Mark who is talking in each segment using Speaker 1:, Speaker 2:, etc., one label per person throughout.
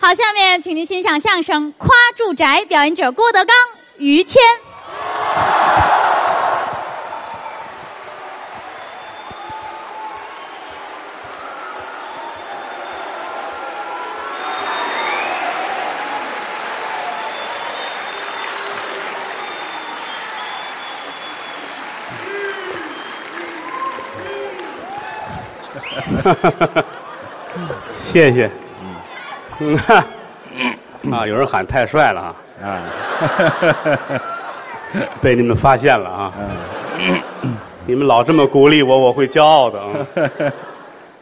Speaker 1: 好，下面请您欣赏相声《夸住宅》，表演者郭德纲、于谦。
Speaker 2: 谢谢。嗯，啊，有人喊太帅了啊， 被你们发现了啊。你们老这么鼓励我，我会骄傲的 啊。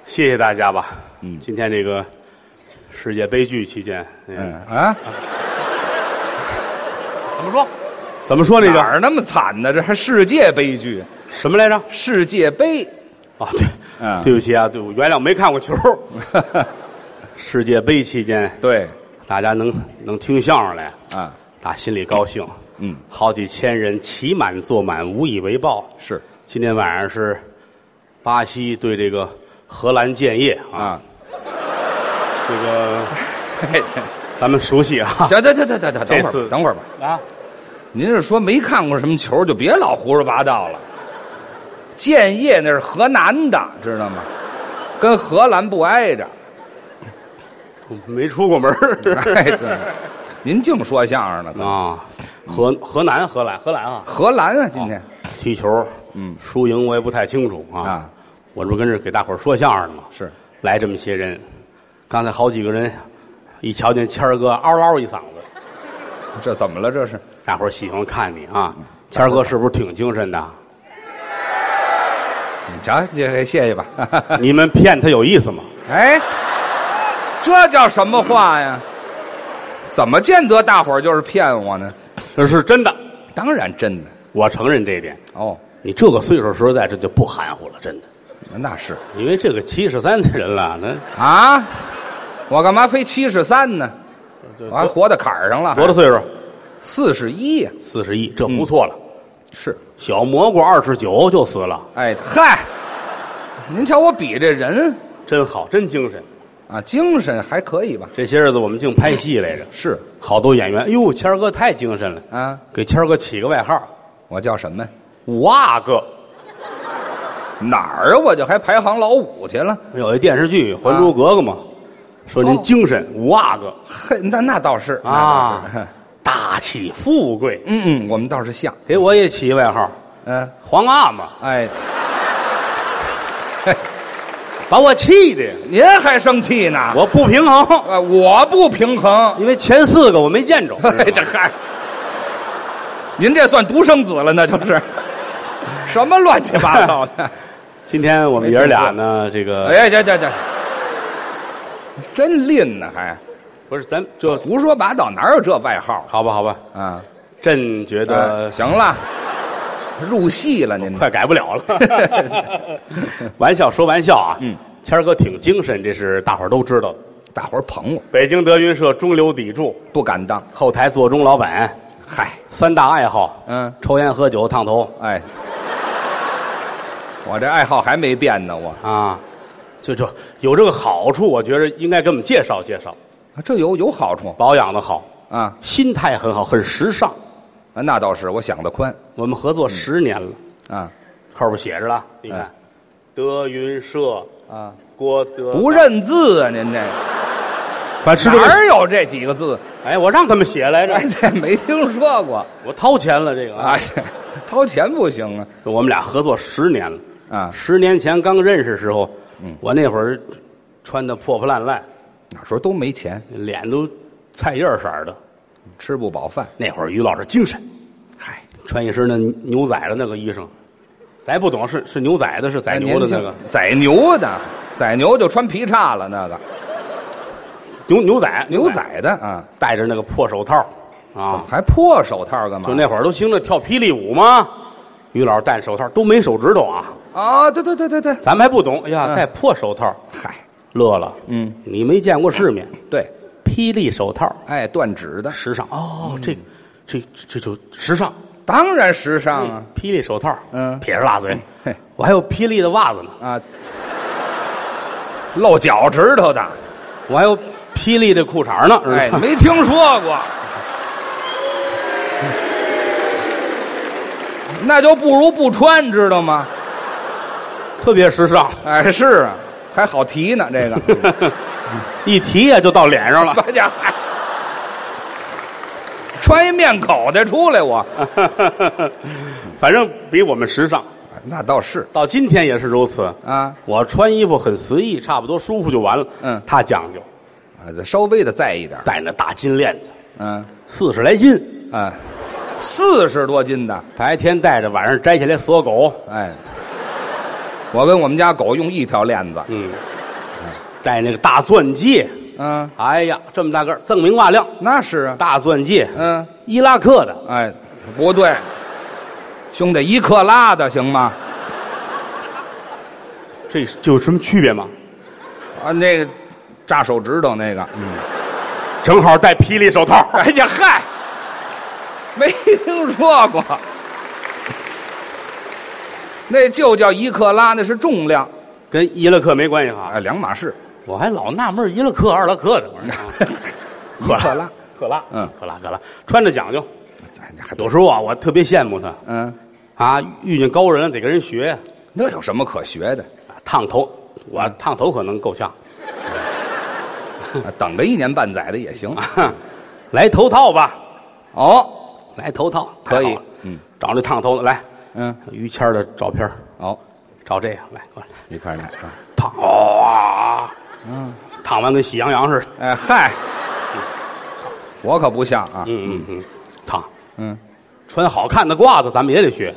Speaker 2: 谢谢大家吧。嗯，今天这个世界杯剧期间，嗯，
Speaker 3: 啊，怎么说？
Speaker 2: 怎么说那
Speaker 3: 哪
Speaker 2: 个
Speaker 3: 儿那么惨呢？这还世界悲剧，
Speaker 2: 什么来着？
Speaker 3: 世界杯
Speaker 2: 啊，对，
Speaker 3: 嗯
Speaker 2: 对不起啊，对，我原谅没看过 球。世界杯期间，
Speaker 3: 对
Speaker 2: 大家能能听相声来，
Speaker 3: 啊，
Speaker 2: 打心里高兴。
Speaker 3: 嗯，
Speaker 2: 好几千人骑满坐满，无以为报。
Speaker 3: 是
Speaker 2: 今天晚上是巴西对这个荷兰建业啊，
Speaker 3: 啊，
Speaker 2: 这个
Speaker 3: 嘿
Speaker 2: 咱们熟悉啊
Speaker 3: 行，等等等等等，等会
Speaker 2: 这
Speaker 3: 儿
Speaker 2: 次
Speaker 3: 吧，等会儿吧。
Speaker 2: 啊，
Speaker 3: 您是说没看过什么球，就别老胡说八道了。建业那是河南的，知道吗？跟荷兰不挨着。
Speaker 2: 没出过门儿
Speaker 3: 哎，对，您净说相声 呢。
Speaker 2: 啊。河河南荷兰荷兰啊，
Speaker 3: 荷兰啊，今天
Speaker 2: 踢球，
Speaker 3: 嗯
Speaker 2: 输赢我也不太清楚啊。
Speaker 3: 啊
Speaker 2: 我这不跟这儿给大伙儿说相声呢吗？
Speaker 3: 是
Speaker 2: 来这么些人，刚才好几个人，一瞧见谦儿哥嗷嗷一嗓子，
Speaker 3: 这怎么了？这是
Speaker 2: 大伙儿喜欢看你啊。
Speaker 3: 嗯
Speaker 2: 谦儿哥是不是挺精神的？
Speaker 3: 你瞧，这谢谢吧。
Speaker 2: 你们骗他有意思吗？
Speaker 3: 哎，这叫什么话呀？怎么见得大伙儿就是骗我呢？
Speaker 2: 这呃是真的，
Speaker 3: 当然真的
Speaker 2: 我承认这一点。
Speaker 3: 哦，
Speaker 2: 你这个岁数说实在这就不含糊了，真的。
Speaker 3: 那是
Speaker 2: 因为这个七十三的人了，那
Speaker 3: 啊，我干嘛非七十三呢？我还活到坎儿上了，
Speaker 2: 多大嗯岁数？
Speaker 3: 四十一呀？
Speaker 2: 四十一，这不错了。
Speaker 3: 是，
Speaker 2: 小蘑菇二十九就死了，
Speaker 3: 哎嗨，您瞧我比这人
Speaker 2: 真好，真精神。
Speaker 3: 啊，精神还可以吧？
Speaker 2: 这些日子我们净拍戏来着，
Speaker 3: 是
Speaker 2: 好多演员。哎呦，谦儿哥太精神了，
Speaker 3: 啊，
Speaker 2: 给谦儿哥起个外号
Speaker 3: 我叫什么呀？
Speaker 2: “五阿哥
Speaker 3: 哪儿啊？我就还排行老五去了。”。
Speaker 2: 有一电视剧《还珠格格》嘛，说您精神，五阿哥
Speaker 3: 嘿，那那倒是那
Speaker 2: 啊
Speaker 3: 倒是
Speaker 2: 大气富贵，
Speaker 3: 嗯嗯，我们倒是像，
Speaker 2: 给我也起一外号
Speaker 3: 嗯、
Speaker 2: “皇阿玛
Speaker 3: 哎，”，
Speaker 2: 把我气的呀，
Speaker 3: 您还生气呢？
Speaker 2: 我不平衡。
Speaker 3: 我我不平衡。
Speaker 2: 因为前四个我没见着，
Speaker 3: 哎，这嗨，您这算独生子了，那就是什么乱七八糟的？
Speaker 2: 今天我们爷儿俩呢，这个
Speaker 3: 哎，这这这，真吝呢，还
Speaker 2: 不是咱这
Speaker 3: 胡说八道，哪有这外号
Speaker 2: 好吧好吧，
Speaker 3: 啊？
Speaker 2: 朕觉
Speaker 3: 呃，
Speaker 2: 得
Speaker 3: 行了，入戏了您。
Speaker 2: 快改不了 了。玩笑说玩笑啊，
Speaker 3: 嗯，
Speaker 2: 谦儿哥挺精神，这是大伙儿都知道的。
Speaker 3: 大伙儿捧我，
Speaker 2: 北京德云社中流砥柱，
Speaker 3: 不敢当。
Speaker 2: 后台座钟老板，
Speaker 3: 嗨，
Speaker 2: 三大爱好，
Speaker 3: 嗯
Speaker 2: 抽烟、喝酒、烫头
Speaker 3: 哎，我这爱好还没变呢，我
Speaker 2: 啊，就这有这个好处，我觉得应该给我们介绍介绍，
Speaker 3: 啊这有有好处
Speaker 2: 保养的好，
Speaker 3: 啊。
Speaker 2: 心态很好，很时尚。
Speaker 3: 啊那倒是，我想得宽
Speaker 2: 我们合
Speaker 3: 嗯
Speaker 2: 作十年了。
Speaker 3: 啊
Speaker 2: 后边写着了，你看，
Speaker 3: 哎
Speaker 2: 嗯德云社
Speaker 3: 啊，
Speaker 2: 郭德
Speaker 3: 不，认字啊，您这
Speaker 2: 反正
Speaker 3: 哪儿有这几个字？
Speaker 2: 哎，我让他们写来
Speaker 3: 哎
Speaker 2: 着，，
Speaker 3: 这没听说过。
Speaker 2: 我掏钱了这个啊
Speaker 3: 哎，，掏钱不行啊
Speaker 2: 我们俩合作十年了，
Speaker 3: 啊！嗯
Speaker 2: 十年前刚认识时候，我那会儿穿的破破烂烂，
Speaker 3: 那时候都没钱，
Speaker 2: 脸都菜叶色儿的，
Speaker 3: 吃不饱饭。
Speaker 2: 那会儿于老师精神，
Speaker 3: 嗨，
Speaker 2: 穿一身那牛仔的那个衣裳，咱也不懂是是牛仔的，是
Speaker 3: 哎
Speaker 2: 宰牛的那个
Speaker 3: 宰牛的，宰牛就穿皮叉了，那个
Speaker 2: 牛牛仔
Speaker 3: 牛仔的啊，
Speaker 2: 戴着那个破手套啊，
Speaker 3: 还破手套干嘛？
Speaker 2: 就那会儿都兴着跳霹雳舞吗？于老师戴手套都没手指头啊，
Speaker 3: 啊，对对对对对，
Speaker 2: 咱们还不懂。哎呀，
Speaker 3: 嗯
Speaker 2: 戴破手套，
Speaker 3: 嗨，
Speaker 2: 乐了。
Speaker 3: 嗯，
Speaker 2: 你没见过世面，
Speaker 3: 对，
Speaker 2: 霹雳手套，
Speaker 3: 哎，断指的，
Speaker 2: 时尚
Speaker 3: 嗯
Speaker 2: 哦，这这这就时尚。
Speaker 3: 当然时尚啊
Speaker 2: 霹雳手套，
Speaker 3: 嗯
Speaker 2: 撇着辣嘴
Speaker 3: 嘿，
Speaker 2: 嗯我还有霹雳的袜子呢。
Speaker 3: 啊啊，露脚趾头的，
Speaker 2: 我还有霹雳的裤衩呢，
Speaker 3: 哎
Speaker 2: 是，吧？
Speaker 3: 没听说过，那就不如不穿，知道吗？
Speaker 2: 特别时尚，
Speaker 3: 哎，是啊，还好提呢，这个。
Speaker 2: 一提呀就到脸上了。
Speaker 3: 大家，哎穿一面口袋出来我，
Speaker 2: 反正比我们时尚，
Speaker 3: 哎那倒是
Speaker 2: 到今天也是如此。
Speaker 3: 啊，
Speaker 2: 我穿衣服很随意，差不多舒服就完了。
Speaker 3: 嗯
Speaker 2: 他讲究，
Speaker 3: 哎稍微的在意点，
Speaker 2: 戴那大金链子，
Speaker 3: 嗯
Speaker 2: 四十来斤，
Speaker 3: 啊，四十多斤的，
Speaker 2: 白天戴着，晚上摘下来锁狗。
Speaker 3: 哎，我跟我们家狗用一条链子，
Speaker 2: 嗯，戴那个大钻戒，
Speaker 3: 啊，
Speaker 2: 哎呀，这么大个儿，锃明瓦亮，
Speaker 3: 那是啊，
Speaker 2: 大钻戒，
Speaker 3: 嗯，
Speaker 2: 伊拉克的，
Speaker 3: 哎，不对，兄弟，一克拉的行吗？
Speaker 2: 这就有什么区别吗？
Speaker 3: 啊，那个扎手指头那个，
Speaker 2: 正好戴霹雳手套，
Speaker 3: 哎呀嗨，没听说过，那就叫一克拉，那是重量，
Speaker 2: 跟伊拉克没关系哈。
Speaker 3: 哎，两码事，
Speaker 2: 我还老纳闷伊拉克、二拉克的，我说
Speaker 3: 一 克拉，
Speaker 2: 克拉，
Speaker 3: 嗯
Speaker 2: 克拉克拉，穿着讲究。
Speaker 3: 咱哎这还
Speaker 2: 有时候啊，我特别羡慕他
Speaker 3: 嗯，
Speaker 2: 啊，遇见高人了得跟人学，
Speaker 3: 那有什么可学 的？
Speaker 2: 啊烫头，我烫头可能够呛，
Speaker 3: 啊等个一年半载的也行。
Speaker 2: 啊来头套吧，
Speaker 3: 哦，
Speaker 2: 来头套
Speaker 3: 可以
Speaker 2: 嗯
Speaker 3: 嗯，
Speaker 2: 找那烫头的来，
Speaker 3: 嗯，
Speaker 2: 于谦儿的照片儿，
Speaker 3: 哦，
Speaker 2: 照这个来，过来
Speaker 3: 一块儿来啊。
Speaker 2: 烫，哇，
Speaker 3: 嗯，
Speaker 2: 烫完跟喜羊羊似的，
Speaker 3: 哎嗨，我可不像啊。
Speaker 2: 嗯嗯嗯，烫，
Speaker 3: 嗯，
Speaker 2: 穿好看的褂子咱们也得学，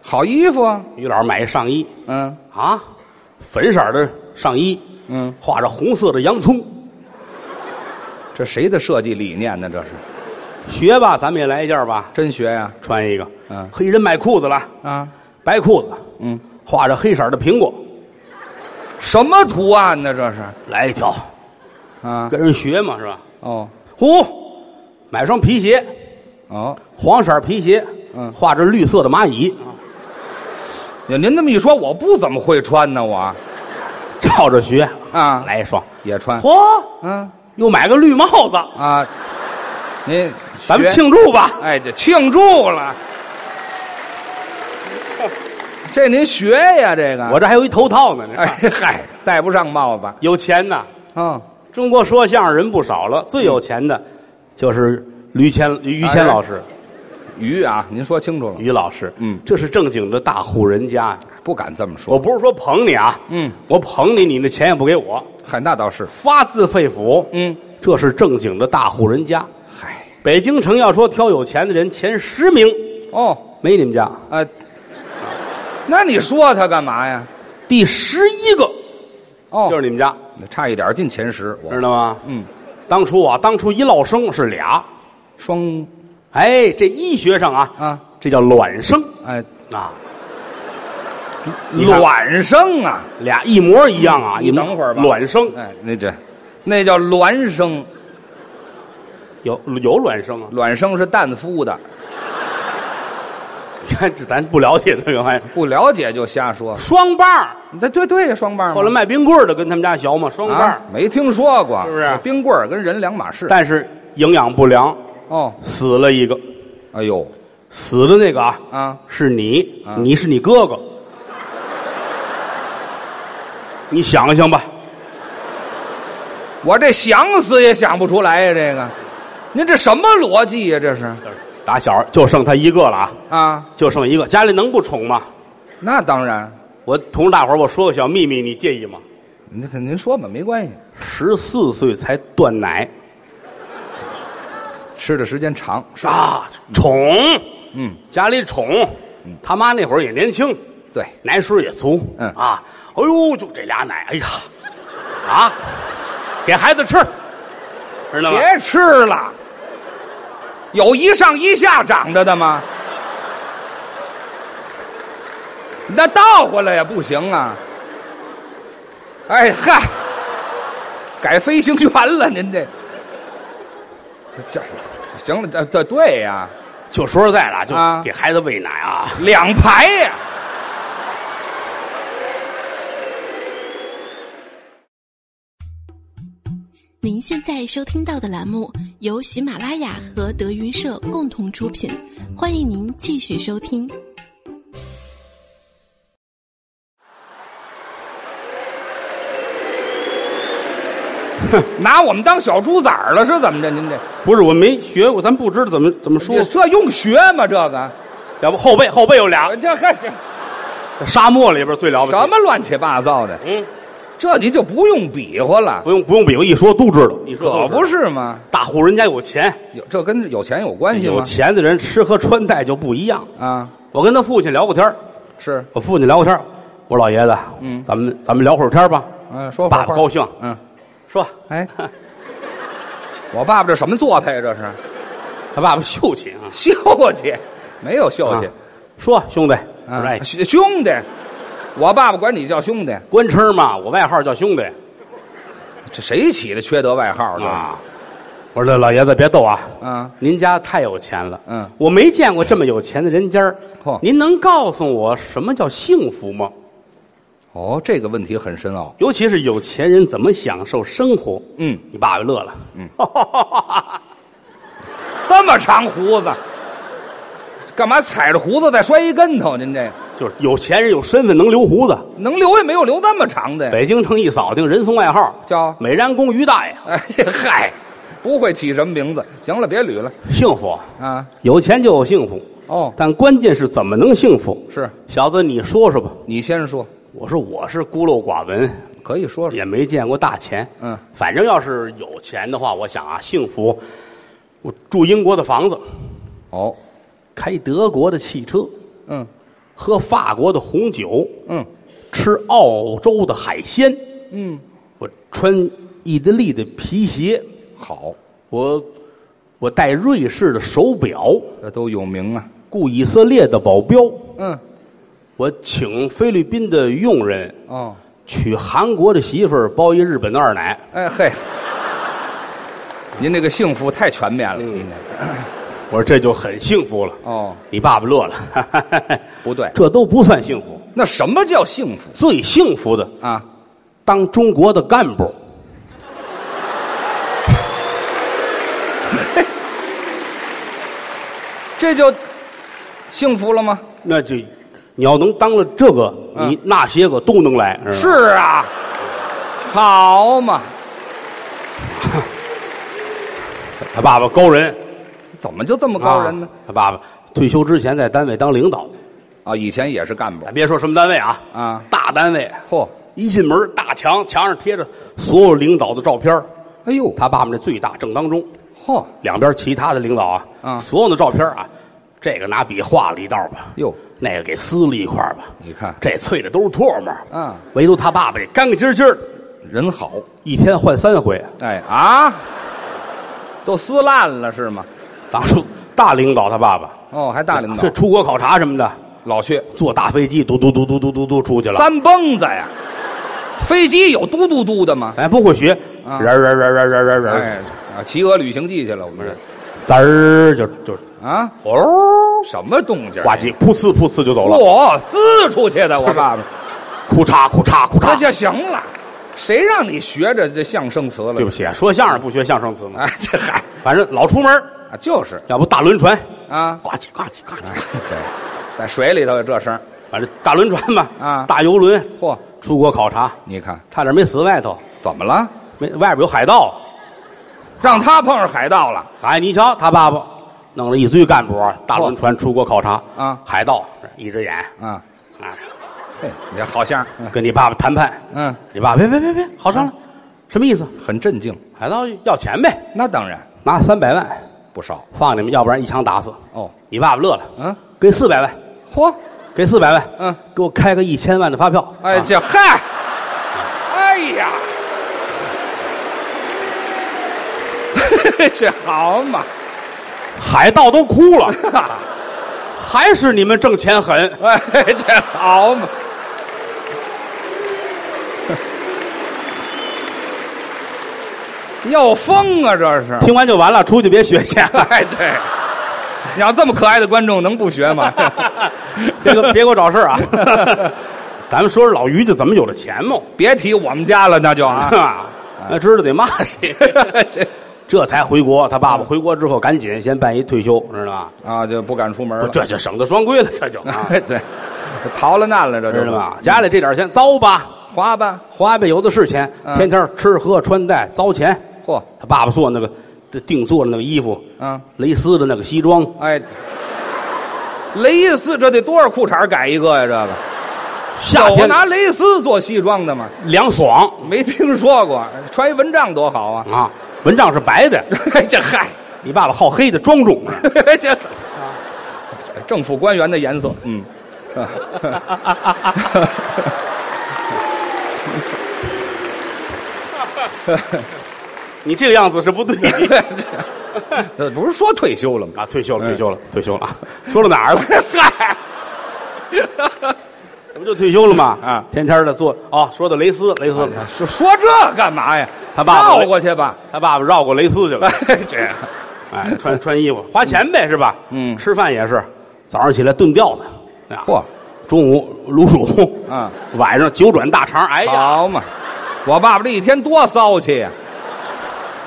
Speaker 3: 好衣服啊。
Speaker 2: 于老师买一上衣
Speaker 3: 嗯
Speaker 2: 啊，粉色儿的上衣，
Speaker 3: 嗯，
Speaker 2: 画着红色的洋葱，
Speaker 3: 这谁的设计理念呢？这是
Speaker 2: 学吧，咱们也来一件吧，
Speaker 3: 真学呀、
Speaker 2: 穿一个，
Speaker 3: 嗯
Speaker 2: 黑人买裤子了，
Speaker 3: 啊。
Speaker 2: 白裤子，
Speaker 3: 嗯，
Speaker 2: 画着黑色的苹果，
Speaker 3: 什么图案呢？这是
Speaker 2: 来一条，
Speaker 3: 啊。
Speaker 2: 跟人学嘛是吧？
Speaker 3: 哦
Speaker 2: 呼，买双皮鞋，
Speaker 3: 哦，
Speaker 2: 黄色皮鞋，
Speaker 3: 嗯
Speaker 2: 画着绿色的蚂蚁，
Speaker 3: 呀您这么一说，我不怎么会穿呢，我
Speaker 2: 照着学，
Speaker 3: 啊
Speaker 2: 来一双，
Speaker 3: 也穿。
Speaker 2: 嚯，
Speaker 3: 嗯
Speaker 2: 又买个绿帽子，
Speaker 3: 啊，您
Speaker 2: 咱们
Speaker 3: 学
Speaker 2: 庆祝吧，
Speaker 3: 哎，这庆祝了。这您学呀，这个
Speaker 2: 我这还有一头套呢，你
Speaker 3: 嗯哎
Speaker 2: 看，
Speaker 3: 嗨，戴不上帽子啊、
Speaker 2: 有钱呐，
Speaker 3: 哦
Speaker 2: 中国说相声人不少了，最有钱的，就是于谦于
Speaker 3: 哎
Speaker 2: 谦老师，
Speaker 3: 鱼啊，您说清楚了，
Speaker 2: 于老师，
Speaker 3: 嗯
Speaker 2: 这是正经的大户人家呀，
Speaker 3: 不敢这么说。
Speaker 2: 我不是说捧你啊，
Speaker 3: 嗯，
Speaker 2: 我捧你，你那钱也不给我，
Speaker 3: 嗨，那倒是，
Speaker 2: 发自肺腑，
Speaker 3: 嗯，
Speaker 2: 这是正经的大户人家。
Speaker 3: 嗨，
Speaker 2: 北京城要说挑有钱的人，前十名
Speaker 3: 哦，
Speaker 2: 没你们家，
Speaker 3: 呃，那你说他干嘛呀？
Speaker 2: 第十一个
Speaker 3: 哦，
Speaker 2: 就是你们家，
Speaker 3: 差一点进前十，我
Speaker 2: 知道吗？
Speaker 3: 嗯，
Speaker 2: 当初啊，当初一落生是俩，
Speaker 3: 双
Speaker 2: 哎，这医学上啊，
Speaker 3: 啊，
Speaker 2: 这叫卵生
Speaker 3: 哎，
Speaker 2: 啊，看
Speaker 3: 卵生啊，
Speaker 2: 俩一模一样啊，
Speaker 3: 嗯你
Speaker 2: 一模
Speaker 3: 等会儿吧
Speaker 2: 卵生
Speaker 3: 哎，那这那叫卵生，
Speaker 2: 有有卵生啊？
Speaker 3: 卵生是蛋孵的，
Speaker 2: 你看这咱不了解这个玩意儿，
Speaker 3: 不了解就瞎说。
Speaker 2: 双棒儿，
Speaker 3: 对对对，双棒嘛。
Speaker 2: 后来卖冰棍儿的跟他们家学嘛，双棒儿，
Speaker 3: 啊，没听说过，
Speaker 2: 是啊不是
Speaker 3: 冰棍儿跟人两码事。
Speaker 2: 但是营养不良，
Speaker 3: 哦，
Speaker 2: 死了一个，
Speaker 3: 哎呦，
Speaker 2: 死的那个啊，
Speaker 3: 啊，
Speaker 2: 是你，
Speaker 3: 啊
Speaker 2: 你是你哥哥。你想想吧，
Speaker 3: 我这想死也想不出来呀、这个，您这什么逻辑呀、这是
Speaker 2: 打小就剩他一个了啊，
Speaker 3: 啊，
Speaker 2: 就剩一个，家里能不宠吗？
Speaker 3: 那当然，
Speaker 2: 我同大伙儿我说个小秘密，你介意吗？
Speaker 3: 您您说吧，没关系，
Speaker 2: 十四岁才断奶
Speaker 3: 吃的时间长是吧？
Speaker 2: 啊，宠，
Speaker 3: 嗯，
Speaker 2: 家里宠，他妈那会儿也年轻，
Speaker 3: 对，
Speaker 2: 奶水也足，
Speaker 3: 嗯
Speaker 2: 啊，哎呦，就这俩奶，哎呀，啊，给孩子吃，知道吗？
Speaker 3: 别吃了，有一上一下长着的吗？那倒过来也不行啊！哎嗨，改飞行员了，您这这行了，这这对呀、
Speaker 2: 就说实在的，
Speaker 3: 啊
Speaker 2: 就给孩子喂奶啊，
Speaker 3: 两排呀、
Speaker 4: 您现在收听到的栏目由喜马拉雅和德云社共同出品，欢迎您继续收听。
Speaker 3: 拿我们当小猪崽儿了是怎么着？您这
Speaker 2: 不是我没学过，咱不知道怎么怎么说
Speaker 3: 这。这用学吗？这个
Speaker 2: 要不后背后背有俩，
Speaker 3: 这还行
Speaker 2: 沙漠里边最了不起。
Speaker 3: 什？么乱七八糟的？
Speaker 2: 嗯，
Speaker 3: 这你就不用比划了，
Speaker 2: 不用不用比划，一说都知道。一说
Speaker 3: 可
Speaker 2: 都知道
Speaker 3: 不是吗？
Speaker 2: 大户人家有钱，
Speaker 3: 有这跟有钱有关系
Speaker 2: 有
Speaker 3: 吗？
Speaker 2: 钱的人吃喝穿戴就不一样。
Speaker 3: 啊，
Speaker 2: 我跟他父亲聊过天儿
Speaker 3: 是，
Speaker 2: 我父亲聊过天儿我说老爷子，
Speaker 3: 嗯
Speaker 2: 咱们咱们聊会儿天儿吧。
Speaker 3: 嗯、说会
Speaker 2: 爸
Speaker 3: 儿
Speaker 2: 爸
Speaker 3: 话
Speaker 2: 高兴，
Speaker 3: 嗯，
Speaker 2: 说
Speaker 3: 哎， 我爸爸这什么做派？这是
Speaker 2: 他爸爸秀气啊，
Speaker 3: 秀气，没有秀气。
Speaker 2: 说兄弟，我
Speaker 3: 啊
Speaker 2: 说哎，
Speaker 3: 兄兄弟，我爸爸管你叫兄弟，
Speaker 2: 官称嘛，我外号叫兄弟
Speaker 3: 这谁起的缺德外号这
Speaker 2: 啊。我说老爷子别逗啊，
Speaker 3: 啊，
Speaker 2: 您家太有钱了，
Speaker 3: 嗯
Speaker 2: 我没见过这么有钱的人家儿
Speaker 3: 嚯
Speaker 2: 您能告诉我什么叫幸福吗？
Speaker 3: 哦，这个问题很深奥。
Speaker 2: 尤其是有钱人怎么享受生活？
Speaker 3: 嗯，
Speaker 2: 你爸爸乐了，嗯，
Speaker 3: 这么长胡子，干嘛踩着胡子再摔一跟头？您这
Speaker 2: 就是有钱人有身份能留胡子。
Speaker 3: 能留也没有留那么长的呀。
Speaker 2: 北京城一扫听，人送外号
Speaker 3: 哎叫
Speaker 2: 美髯公于大爷，
Speaker 3: 哎呀 嗨，不会起什么名字。行了，别捋了
Speaker 2: 幸福，
Speaker 3: 啊。
Speaker 2: 有钱就有幸福，
Speaker 3: 哦，
Speaker 2: 但关键是怎么能幸福？
Speaker 3: 是
Speaker 2: 小子，你说说吧。
Speaker 3: 你先说，
Speaker 2: 我说我是孤陋寡闻，
Speaker 3: 可以说说。
Speaker 2: 也没见过大钱。
Speaker 3: 嗯，
Speaker 2: 反正要是有钱的话，我想啊，幸福。我住英国的房子，
Speaker 3: 哦，
Speaker 2: 开德国的汽车，
Speaker 3: 嗯
Speaker 2: 喝法国的红酒，
Speaker 3: 嗯
Speaker 2: 吃澳洲的海鲜，
Speaker 3: 嗯，
Speaker 2: 我穿意大利的皮鞋，
Speaker 3: 好，
Speaker 2: 我我戴瑞士的手表，
Speaker 3: 这都有名啊。
Speaker 2: 雇以色列的保镖，
Speaker 3: 嗯，
Speaker 2: 我请菲律宾的佣人，
Speaker 3: 哦，
Speaker 2: 娶韩国的媳妇儿，包一日本的二奶。
Speaker 3: 哎嘿，您这个幸福太全面了。
Speaker 2: 嗯，我说这就很幸福了。
Speaker 3: 哦，
Speaker 2: 你爸爸乐了，
Speaker 3: 不对
Speaker 2: 这都不算幸福。
Speaker 3: 那什么叫幸福
Speaker 2: 最幸福的，
Speaker 3: 啊？
Speaker 2: 当中国的干部，
Speaker 3: 这就幸福了吗？
Speaker 2: 那就你要能当了这个，
Speaker 3: 嗯
Speaker 2: 你那些个都能来。
Speaker 3: 是
Speaker 2: 吧
Speaker 3: 啊，好嘛，
Speaker 2: 他爸爸高人，
Speaker 3: 怎么就这么高人呢？
Speaker 2: 啊他爸爸退休之前在单位当领导，
Speaker 3: 啊，以前也是干部
Speaker 2: 咱别说什么单位啊，
Speaker 3: 啊。
Speaker 2: 大单位，
Speaker 3: 嚯，
Speaker 2: 一进门大墙墙上贴着所有领导的照片儿
Speaker 3: 哎呦，
Speaker 2: 他爸爸那最大正当中。
Speaker 3: 嚯，
Speaker 2: 两边其他的领导啊，
Speaker 3: 嗯
Speaker 2: 所有的照片啊，这个拿笔画了一道吧，
Speaker 3: 哟，
Speaker 2: 那个给撕了一块吧，
Speaker 3: 你看
Speaker 2: 这啐的都是唾沫，
Speaker 3: 嗯，
Speaker 2: 唯独他爸爸这干干净净儿，
Speaker 3: 人好，
Speaker 2: 一天换三回。
Speaker 3: 哎啊，都撕烂了是吗？
Speaker 2: 当初大领导他爸爸，
Speaker 3: 哦，还大领导
Speaker 2: 这出国考察什么的，
Speaker 3: 老去
Speaker 2: 坐大飞机嘟嘟嘟嘟嘟嘟嘟出去了，
Speaker 3: 三蹦子呀，飞机有嘟嘟嘟的吗？
Speaker 2: 咱哎不会学，
Speaker 3: 啊
Speaker 2: 人儿人儿人儿人儿人儿人
Speaker 3: 哎
Speaker 2: 儿，，
Speaker 3: 啊，《企鹅旅行记》去了，我们这
Speaker 2: 滋儿就就
Speaker 3: 啊，
Speaker 2: 哦，
Speaker 3: 什么动静？
Speaker 2: 呱唧，噗呲噗呲就走了，
Speaker 3: 嚯，滋出去的，我 爸爸。
Speaker 2: 哭嚓哭嚓哭
Speaker 3: 这
Speaker 2: 嚓。
Speaker 3: 就行了，谁让你学着这相声词了？
Speaker 2: 对不起，啊说相声不学相声词吗？
Speaker 3: 哎，这嗨，
Speaker 2: 反正老出门儿，
Speaker 3: 啊就是
Speaker 2: 要不大轮船，
Speaker 3: 啊，
Speaker 2: 呱唧呱唧呱唧，
Speaker 3: 这在水里头有这声儿，
Speaker 2: 反正大轮船嘛，
Speaker 3: 啊
Speaker 2: 大游轮，
Speaker 3: 嚯，
Speaker 2: 出国考察，
Speaker 3: 你看
Speaker 2: 差点没死外头，
Speaker 3: 怎么了？
Speaker 2: 没外边有海盗，
Speaker 3: 让他碰上海盗了，
Speaker 2: 哎，你瞧他爸爸弄了一堆干部，大轮船出国考察
Speaker 3: 啊
Speaker 2: 海盗一只眼
Speaker 3: 啊，
Speaker 2: 啊，
Speaker 3: 嘿，你这好像，嗯
Speaker 2: 跟你爸爸谈判，
Speaker 3: 嗯，
Speaker 2: 你爸别别别别，好
Speaker 3: 啊
Speaker 2: 商量，什么意思？
Speaker 3: 很镇静，
Speaker 2: 海盗要钱呗，
Speaker 3: 那当然
Speaker 2: 拿三百万
Speaker 3: 不少
Speaker 2: 放你们，要不然一枪打死。
Speaker 3: 哦，
Speaker 2: 你爸爸乐了，
Speaker 3: 嗯，
Speaker 2: 给四百万，
Speaker 3: 嚯，
Speaker 2: 给四百万，
Speaker 3: 嗯，
Speaker 2: 给我开个一千万的发票，
Speaker 3: 哎，
Speaker 2: 啊
Speaker 3: 这嗨，哎呀， 这好嘛，
Speaker 2: 海盗都哭了。还是你们挣钱狠，
Speaker 3: 哎，这好嘛， 要疯啊，这是！
Speaker 2: 听完就完了，出去别学去。
Speaker 3: 哎，对，你要这么可爱的观众，能不学吗？
Speaker 2: 别给别给我找事儿啊！咱们说说老于家怎么有的钱嘛？
Speaker 3: 别提我们家了，那就啊，
Speaker 2: 那知道得骂谁，嗯
Speaker 3: 这
Speaker 2: 这才回国。他爸爸回国之后，赶紧先办一退休，知道吧？
Speaker 3: 啊就不敢出门
Speaker 2: 不
Speaker 3: 了。
Speaker 2: 是，这就省得双规了，这就啊，
Speaker 3: 对，逃了难了，这
Speaker 2: 知
Speaker 3: 就是
Speaker 2: 道嗯吧？家里这点钱糟吧，
Speaker 3: 花吧，
Speaker 2: 花呗有的是钱，
Speaker 3: 嗯
Speaker 2: 天天吃喝穿戴糟钱。
Speaker 3: 嚯，
Speaker 2: 他爸爸做那个定做的那个衣服，
Speaker 3: 嗯，
Speaker 2: 蕾丝的那个西装，
Speaker 3: 哎，蕾丝这得多少裤衩改一个呀？这个
Speaker 2: 夏
Speaker 3: 有
Speaker 2: 天
Speaker 3: 拿蕾丝做西装的吗？
Speaker 2: 凉爽
Speaker 3: 没听说过，穿一蚊帐多好啊！
Speaker 2: 啊，蚊帐是白 的。
Speaker 3: 这嗨，
Speaker 2: 你爸爸好黑的庄重啊，
Speaker 3: 这政府官员的颜色，嗯，
Speaker 2: 你这个样子是不对 的
Speaker 3: 这不是说退休了吗？
Speaker 2: 啊！退休了，退
Speaker 3: 哎
Speaker 2: 休了，退休了啊！ 说到哪儿了？嗨，这不就退休了吗？
Speaker 3: 啊哎
Speaker 2: 天天的做哦，说到蕾丝，蕾丝，
Speaker 3: 说说这干嘛呀？
Speaker 2: 嗯他爸爸
Speaker 3: 绕过去吧，
Speaker 2: 他爸爸绕过蕾丝去了
Speaker 3: 哎，，这样
Speaker 2: 哎，穿穿衣服花钱呗，是吧？
Speaker 3: 嗯
Speaker 2: 吃饭也是，早上起来炖吊子，啊
Speaker 3: 嚯，
Speaker 2: 中午卤煮，
Speaker 3: 嗯，
Speaker 2: 晚上九转大肠，哎呀，
Speaker 3: 好嘛，我爸爸这一天多骚气呀、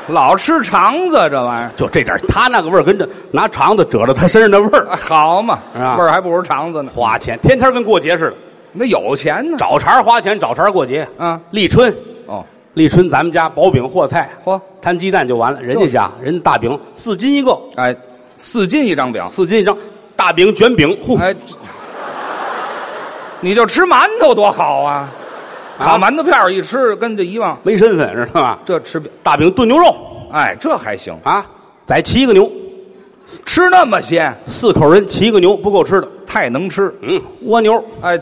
Speaker 3: 老吃肠子这玩意儿，
Speaker 2: 就这点儿，他那个味儿跟着拿肠子褶着他身上的味儿，
Speaker 3: 哎好嘛，
Speaker 2: 是吧
Speaker 3: 味儿还不如肠子呢。
Speaker 2: 花钱，天天跟过节似的，
Speaker 3: 那有钱呢？
Speaker 2: 找茬儿花钱，找茬儿过节。
Speaker 3: 嗯
Speaker 2: 立春，
Speaker 3: 哦，
Speaker 2: 立春咱们家薄饼和菜，
Speaker 3: 嚯，
Speaker 2: 摊鸡蛋就完了。人家家人家大饼四斤一个，
Speaker 3: 哎，四斤一张饼，
Speaker 2: 四斤一张，大饼卷饼，呼，
Speaker 3: 哎，这你就吃馒头多好啊！烤馒头片儿一吃，跟这一样。
Speaker 2: 没身份知道吧？
Speaker 3: 这吃饼，
Speaker 2: 大饼炖牛肉
Speaker 3: 哎，这还行，
Speaker 2: 啊，宰七个牛，
Speaker 3: 吃那么些
Speaker 2: 四口人七个牛不够吃的，
Speaker 3: 太能吃。
Speaker 2: 嗯，蜗牛，
Speaker 3: 哎，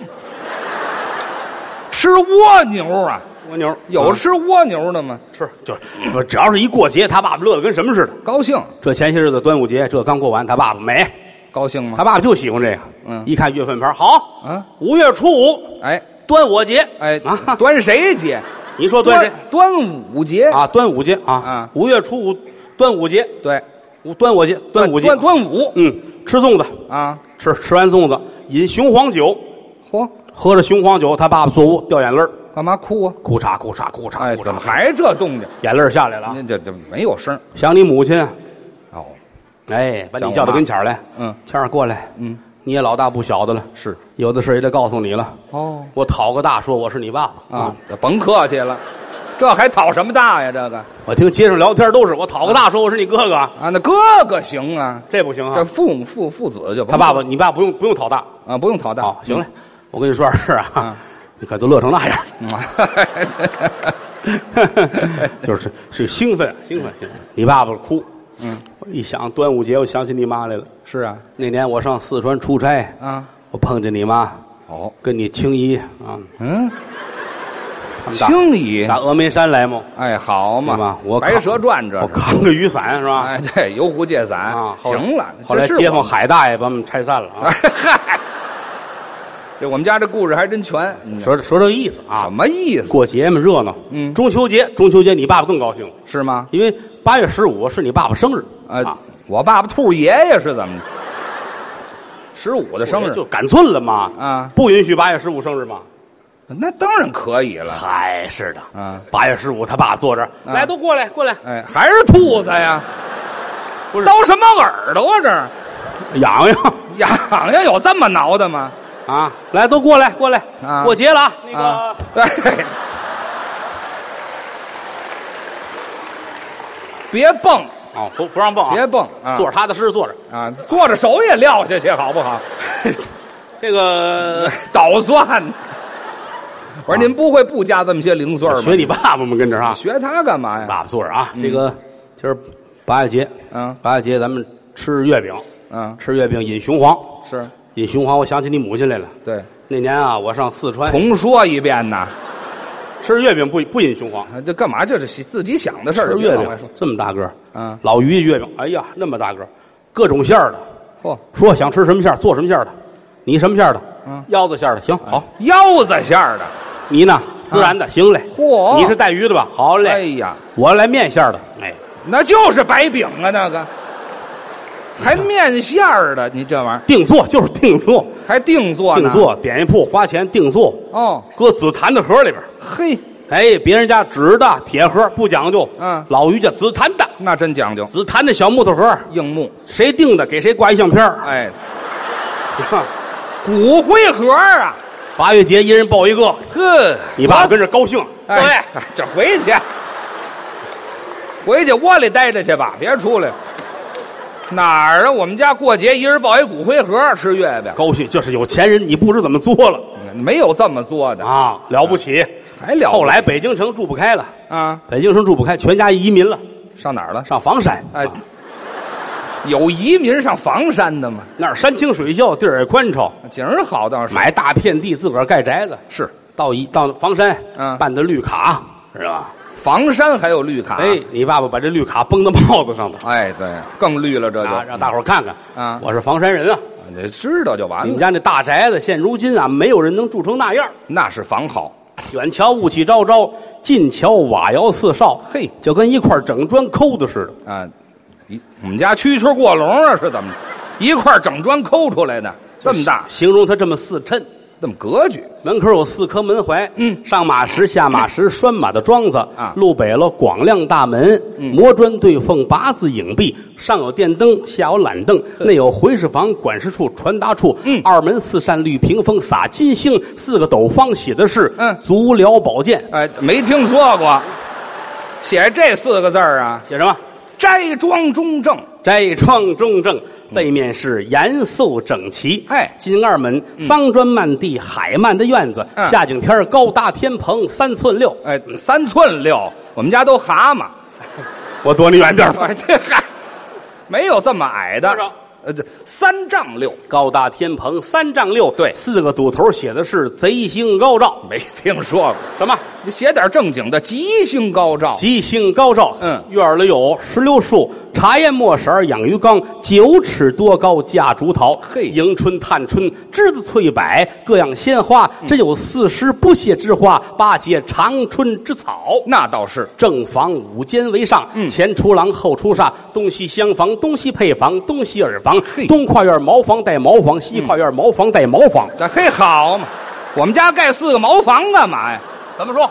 Speaker 3: 吃蜗牛啊？
Speaker 2: 蜗牛
Speaker 3: 有
Speaker 2: 嗯
Speaker 3: 吃蜗牛的吗？
Speaker 2: 吃就是，不只要是一过节，他爸爸乐得跟什么似的。
Speaker 3: 高兴，
Speaker 2: 这前些日子端午节，这刚过完，他爸爸美，
Speaker 3: 高兴吗
Speaker 2: 他？爸爸就喜欢这个。
Speaker 3: 嗯
Speaker 2: 一看月份牌，好，
Speaker 3: 啊，
Speaker 2: 五月初五
Speaker 3: 哎
Speaker 2: 端午节，
Speaker 3: 哎，
Speaker 2: 啊，
Speaker 3: 端谁节？
Speaker 2: 你说端谁？哎
Speaker 3: 端午节
Speaker 2: 啊，端午节啊
Speaker 3: 啊，
Speaker 2: 五月初五，端午节，
Speaker 3: 对，
Speaker 2: 五端午节，端午节，
Speaker 3: 端端午
Speaker 2: 嗯，吃粽子，
Speaker 3: 啊，
Speaker 2: 吃吃完粽子，饮雄黄酒，
Speaker 3: 嚯，
Speaker 2: 喝着雄黄酒，他爸爸坐屋掉眼泪儿，
Speaker 3: 干嘛哭啊？
Speaker 2: 哭嚓哭嚓哭嚓
Speaker 3: 哎，
Speaker 2: 哭
Speaker 3: 怎么
Speaker 2: 嚓，
Speaker 3: 还这动静？
Speaker 2: 眼泪儿下来了啊
Speaker 3: 那，这这没有声儿
Speaker 2: 想你母亲，
Speaker 3: 哦，
Speaker 2: 哎，把
Speaker 3: 想
Speaker 2: 你
Speaker 3: 我
Speaker 2: 叫到
Speaker 3: 妈
Speaker 2: 跟前儿来，
Speaker 3: 嗯，
Speaker 2: 谦儿过来，
Speaker 3: 嗯，
Speaker 2: 你也老大不小的了，
Speaker 3: 是
Speaker 2: 有的事也得告诉你了，
Speaker 3: 哦
Speaker 2: 我讨个大说我是你爸嗯爸
Speaker 3: 啊，，甭客气了，这还讨什么大呀？这个
Speaker 2: 我听街上聊天都是我讨个大说我是你哥哥，
Speaker 3: 啊，那哥哥行啊，
Speaker 2: 这不行啊
Speaker 3: 这，父母父父子就甭
Speaker 2: 他爸爸你爸不用不用讨大，
Speaker 3: 啊，不用讨大。
Speaker 2: 好，行了，我跟你说点事儿啊
Speaker 3: 嗯，
Speaker 2: 你看都乐成那样，
Speaker 3: 嗯， 啊
Speaker 2: 就是是兴奋啊兴奋兴奋，你爸爸哭，
Speaker 3: 嗯，
Speaker 2: 我一想端午节我想起你妈来了，
Speaker 3: 是啊，
Speaker 2: 那年我上四川出差，
Speaker 3: 啊，
Speaker 2: 我碰见你妈，
Speaker 3: 哦，
Speaker 2: 跟你青姨啊，
Speaker 3: 嗯，
Speaker 2: 他们打
Speaker 3: 轻易，
Speaker 2: 打峨眉山来吗？
Speaker 3: 哎，好
Speaker 2: 对吧
Speaker 3: 嘛，
Speaker 2: 我
Speaker 3: 白
Speaker 2: 扛
Speaker 3: 蛇传这
Speaker 2: 我
Speaker 3: 是
Speaker 2: 扛个雨伞是吧？
Speaker 3: 哎，对，游湖借伞
Speaker 2: 啊，后来
Speaker 3: 哎行了，
Speaker 2: 后来
Speaker 3: 这是
Speaker 2: 街
Speaker 3: 我
Speaker 2: 坊海大爷把我们拆散了啊
Speaker 3: 哎。嗨， 这我们家这故事还真全，你
Speaker 2: 嗯说说这个意思啊，
Speaker 3: 什么意思？
Speaker 2: 过节嘛热闹，
Speaker 3: 嗯
Speaker 2: 中秋节，中秋节你爸爸更高兴了，
Speaker 3: 是吗？
Speaker 2: 因为八月十五是你爸爸生日
Speaker 3: 呃
Speaker 2: 啊，，
Speaker 3: 我爸爸兔爷爷是怎么着？十五的生日
Speaker 2: 就赶寸了嘛
Speaker 3: 啊
Speaker 2: 不允许八月十五生日嘛？
Speaker 3: 那当然可以了。
Speaker 2: 还是的
Speaker 3: 啊
Speaker 2: 八月十五他爸坐这儿，
Speaker 3: 啊
Speaker 2: 来都过来过 来，
Speaker 3: 哎，还是兔子呀？
Speaker 2: 不是
Speaker 3: 叨什么耳朵啊？这儿
Speaker 2: 痒痒
Speaker 3: 痒痒有这么挠的吗？
Speaker 2: 啊，来都过来过来
Speaker 3: 啊
Speaker 2: 过节了啊，那
Speaker 3: 啊
Speaker 2: 个，
Speaker 3: 对，别蹦，
Speaker 2: 哦不不让蹦啊，
Speaker 3: 别蹦，啊
Speaker 2: 坐着踏踏实实 坐着，
Speaker 3: 啊，坐着手也撂下去，好不好？
Speaker 2: 这个
Speaker 3: 捣蒜。我说您不会不加这么些零碎吗？
Speaker 2: 学你爸爸嘛跟这儿啊，
Speaker 3: 学他干嘛呀？
Speaker 2: 爸爸坐着啊，这个今儿八月节，
Speaker 3: 嗯
Speaker 2: 八月节咱们吃月饼，
Speaker 3: 嗯，
Speaker 2: 吃月饼饮雄黄。
Speaker 3: 是
Speaker 2: 尹雄黄，我想起你母亲来了。
Speaker 3: 对，
Speaker 2: 那年啊，我上四 川
Speaker 3: 重说一遍呐。
Speaker 2: 吃月饼不不饮雄黄，
Speaker 3: 这干嘛？这是自己想的事儿，
Speaker 2: 吃
Speaker 3: 就别
Speaker 2: 月
Speaker 3: 往外
Speaker 2: 饼
Speaker 3: 说。
Speaker 2: 这么大个儿，
Speaker 3: 嗯
Speaker 2: 老于月饼，哎呀，那么大个儿，各种馅儿的，
Speaker 3: 嚯，
Speaker 2: 说想吃什么馅儿做什么馅儿的，你什么馅儿的？
Speaker 3: 嗯
Speaker 2: 腰子馅儿的，行好，
Speaker 3: 腰子馅儿的，
Speaker 2: 你呢？孜然的，行嘞。
Speaker 3: 嗯嚯
Speaker 2: 你是带鱼的吧？好
Speaker 3: 哎
Speaker 2: 嘞，
Speaker 3: 呀，
Speaker 2: 我来面馅儿的。哎，
Speaker 3: 那就是白饼啊，那个还面馅儿的，你这玩意儿
Speaker 2: 定做就是定做，
Speaker 3: 还定做呢？
Speaker 2: 定做点一铺花钱定做，
Speaker 3: 哦，
Speaker 2: 搁紫檀的盒里边儿，
Speaker 3: 嘿，
Speaker 2: 哎，别人家纸的、铁盒不讲究，
Speaker 3: 嗯
Speaker 2: 老于家紫檀的，
Speaker 3: 那真讲究，
Speaker 2: 紫檀的小木头盒，
Speaker 3: 硬木，
Speaker 2: 谁定的给谁挂一相片儿
Speaker 3: 哎，骨灰盒啊，
Speaker 2: 八月节一人抱一个，
Speaker 3: 呵，
Speaker 2: 你爸跟着高兴。
Speaker 3: 哎，哎， 这回去，回去窝里待着去吧，别出来了。哪儿啊？我们家过节一人抱一骨灰盒吃月饼，
Speaker 2: 高兴，这是有钱人，你不知怎么做了
Speaker 3: 没有这么做的，
Speaker 2: 啊，了不起！
Speaker 3: 还了不
Speaker 2: 后来北京城住不开了，
Speaker 3: 啊？
Speaker 2: 北京城住不开，全家移民了，
Speaker 3: 上哪儿了？
Speaker 2: 上房山。
Speaker 3: 哎
Speaker 2: 啊，
Speaker 3: 有移民上房山的吗？
Speaker 2: 那儿山清水秀，地儿也宽敞，
Speaker 3: 景儿好倒是
Speaker 2: 买大片地，自个儿盖宅子。
Speaker 3: 是
Speaker 2: 到一到房山，
Speaker 3: 嗯啊
Speaker 2: 办的绿卡，知道吧？
Speaker 3: 房山还有绿卡，
Speaker 2: 哎，你爸爸把这绿卡绷到帽子上头，
Speaker 3: 哎，对，更绿了这就
Speaker 2: 啊，让大伙儿看看，
Speaker 3: 啊
Speaker 2: 我是房山人啊。
Speaker 3: 你知道就完了。
Speaker 2: 你们家那大宅子，现如今啊，没有人能住成那样儿。
Speaker 3: 那是房好，
Speaker 2: 远瞧雾气昭昭，近瞧瓦窑四少，
Speaker 3: 嘿
Speaker 2: 就跟一块整砖抠的似的。
Speaker 3: 啊，一我们家蛐蛐过笼啊，是怎么着？一块儿整砖抠出来的，这么大，
Speaker 2: 形容它这么四衬。
Speaker 3: 这么格局，
Speaker 2: 门口有四颗门槐，
Speaker 3: 嗯
Speaker 2: 上马石、下马石、拴马的桩子
Speaker 3: 啊嗯
Speaker 2: 路北了广亮大门，磨砖对缝，八字影壁，上有电灯，下有懒凳，内有回事房、管事处、传达处，
Speaker 3: 嗯
Speaker 2: 二门四扇绿屏风，撒金星，四个斗方写的是，
Speaker 3: 嗯
Speaker 2: 足疗保健，
Speaker 3: 哎，没听说过，写这四个字儿啊，
Speaker 2: 写什么？
Speaker 3: 斋庄中正，
Speaker 2: 斋窗中正，背面是严肃整齐。
Speaker 3: 哎
Speaker 2: 金二门方砖漫地，海漫的院子。
Speaker 3: 嗯
Speaker 2: 夏景天儿高搭天棚三寸六。
Speaker 3: 哎，三寸六，我们家都蛤蟆，
Speaker 2: 我躲你远点儿吧。
Speaker 3: 哎，这嗨，没有这么矮的
Speaker 2: 多少，
Speaker 3: 呃，这三丈六，
Speaker 2: 高搭天棚三丈六。
Speaker 3: 对
Speaker 2: 四个堵头写的是贼星高照。
Speaker 3: 没听说过。
Speaker 2: 什么？
Speaker 3: 你写点正经的，吉星高照，
Speaker 2: 吉星高照。
Speaker 3: 嗯
Speaker 2: 院儿里有石榴树、茶叶墨色儿养鱼缸，九尺多高架竹桃。
Speaker 3: 嘿
Speaker 2: 迎春、探春、栀子、翠柏，各样鲜花，真有四时不谢之花，八节长春之草。
Speaker 3: 那倒是
Speaker 2: 正房五间为上，
Speaker 3: 嗯
Speaker 2: 前厨廊，后出煞，东西厢房，东西配房，东西耳房，东跨院茅房带茅
Speaker 3: 嗯
Speaker 2: 房，西跨院茅房带茅房。
Speaker 3: 这嘿好嘛，我们家盖四个茅房干嘛呀？
Speaker 2: 怎么说？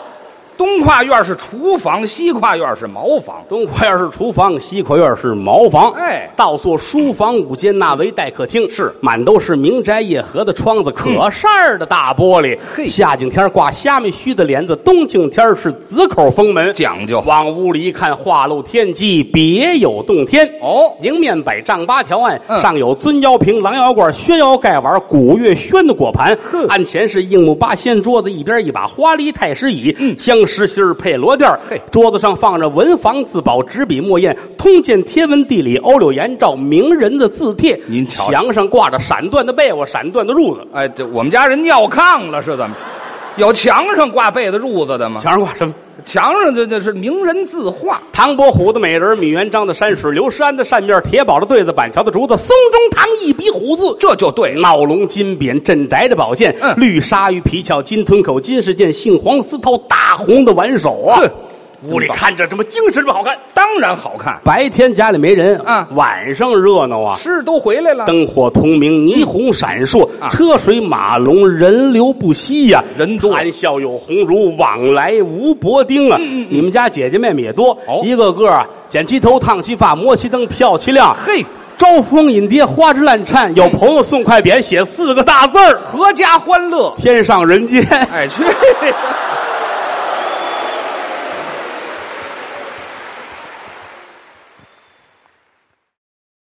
Speaker 3: 东跨院是厨房，西跨院是茅房。
Speaker 2: 东跨院是厨房，西跨院是茅房。
Speaker 3: 哎
Speaker 2: 倒座书房五间纳为待客厅，是满都是明斋夜合的窗子，可扇儿的大玻璃。
Speaker 3: 嘿
Speaker 2: 夏景天挂虾米须的帘子，冬景天是紫口封门，
Speaker 3: 讲究
Speaker 2: 往屋里一看，画露天机，别有洞天。
Speaker 3: 哦，
Speaker 2: 迎面百丈八条案，
Speaker 3: 嗯
Speaker 2: 上有尊腰瓶、狼腰罐、宣腰盖碗、古月轩的果盘，案前是硬木八仙桌子，一边一把花梨太师椅，香石心儿配罗垫儿
Speaker 3: 嗯嘿
Speaker 2: 桌子上放着文房四宝、纸笔墨砚、通鉴天文地理、欧柳颜照、名人的字帖。
Speaker 3: 您瞧瞧
Speaker 2: 墙上挂着闪缎的被窝、闪缎的褥子，
Speaker 3: 哎，这我们家人尿炕了是怎么？有墙上挂被子、褥子的吗？
Speaker 2: 墙上挂什么？
Speaker 3: 墙上这这是名人字画，
Speaker 2: 唐伯虎的美人，米元璋的山水，刘诗安的扇面，铁宝的对子，板桥的竹子，松中堂一笔虎字，
Speaker 3: 这就对了。
Speaker 2: 闹龙金匾，镇宅的宝剑，
Speaker 3: 嗯
Speaker 2: 绿鲨鱼皮鞘，金吞口，金饰剑，杏黄丝绦，大红的挽手啊
Speaker 3: 哼！
Speaker 2: 屋里看着这么精神，这么好看。
Speaker 3: 当然好看，
Speaker 2: 白天家里没人，
Speaker 3: 嗯
Speaker 2: 晚上热闹啊，
Speaker 3: 是都回来了。
Speaker 2: 灯火通明，霓虹闪烁，
Speaker 3: 啊
Speaker 2: 车水马龙，人流不息呀、
Speaker 3: 人多
Speaker 2: 谈笑有鸿儒，往来无薄丁啊。你们家姐姐妹妹也多，
Speaker 3: 嗯哦
Speaker 2: 一个个啊，剪齐头，烫齐发，磨齐灯，漂齐亮，
Speaker 3: 嘿，
Speaker 2: 招蜂引蝶，花枝乱颤。有朋友送快匾，写四个大字儿。
Speaker 3: 阖家欢乐。
Speaker 2: 天上人间，
Speaker 3: 哎，去你的！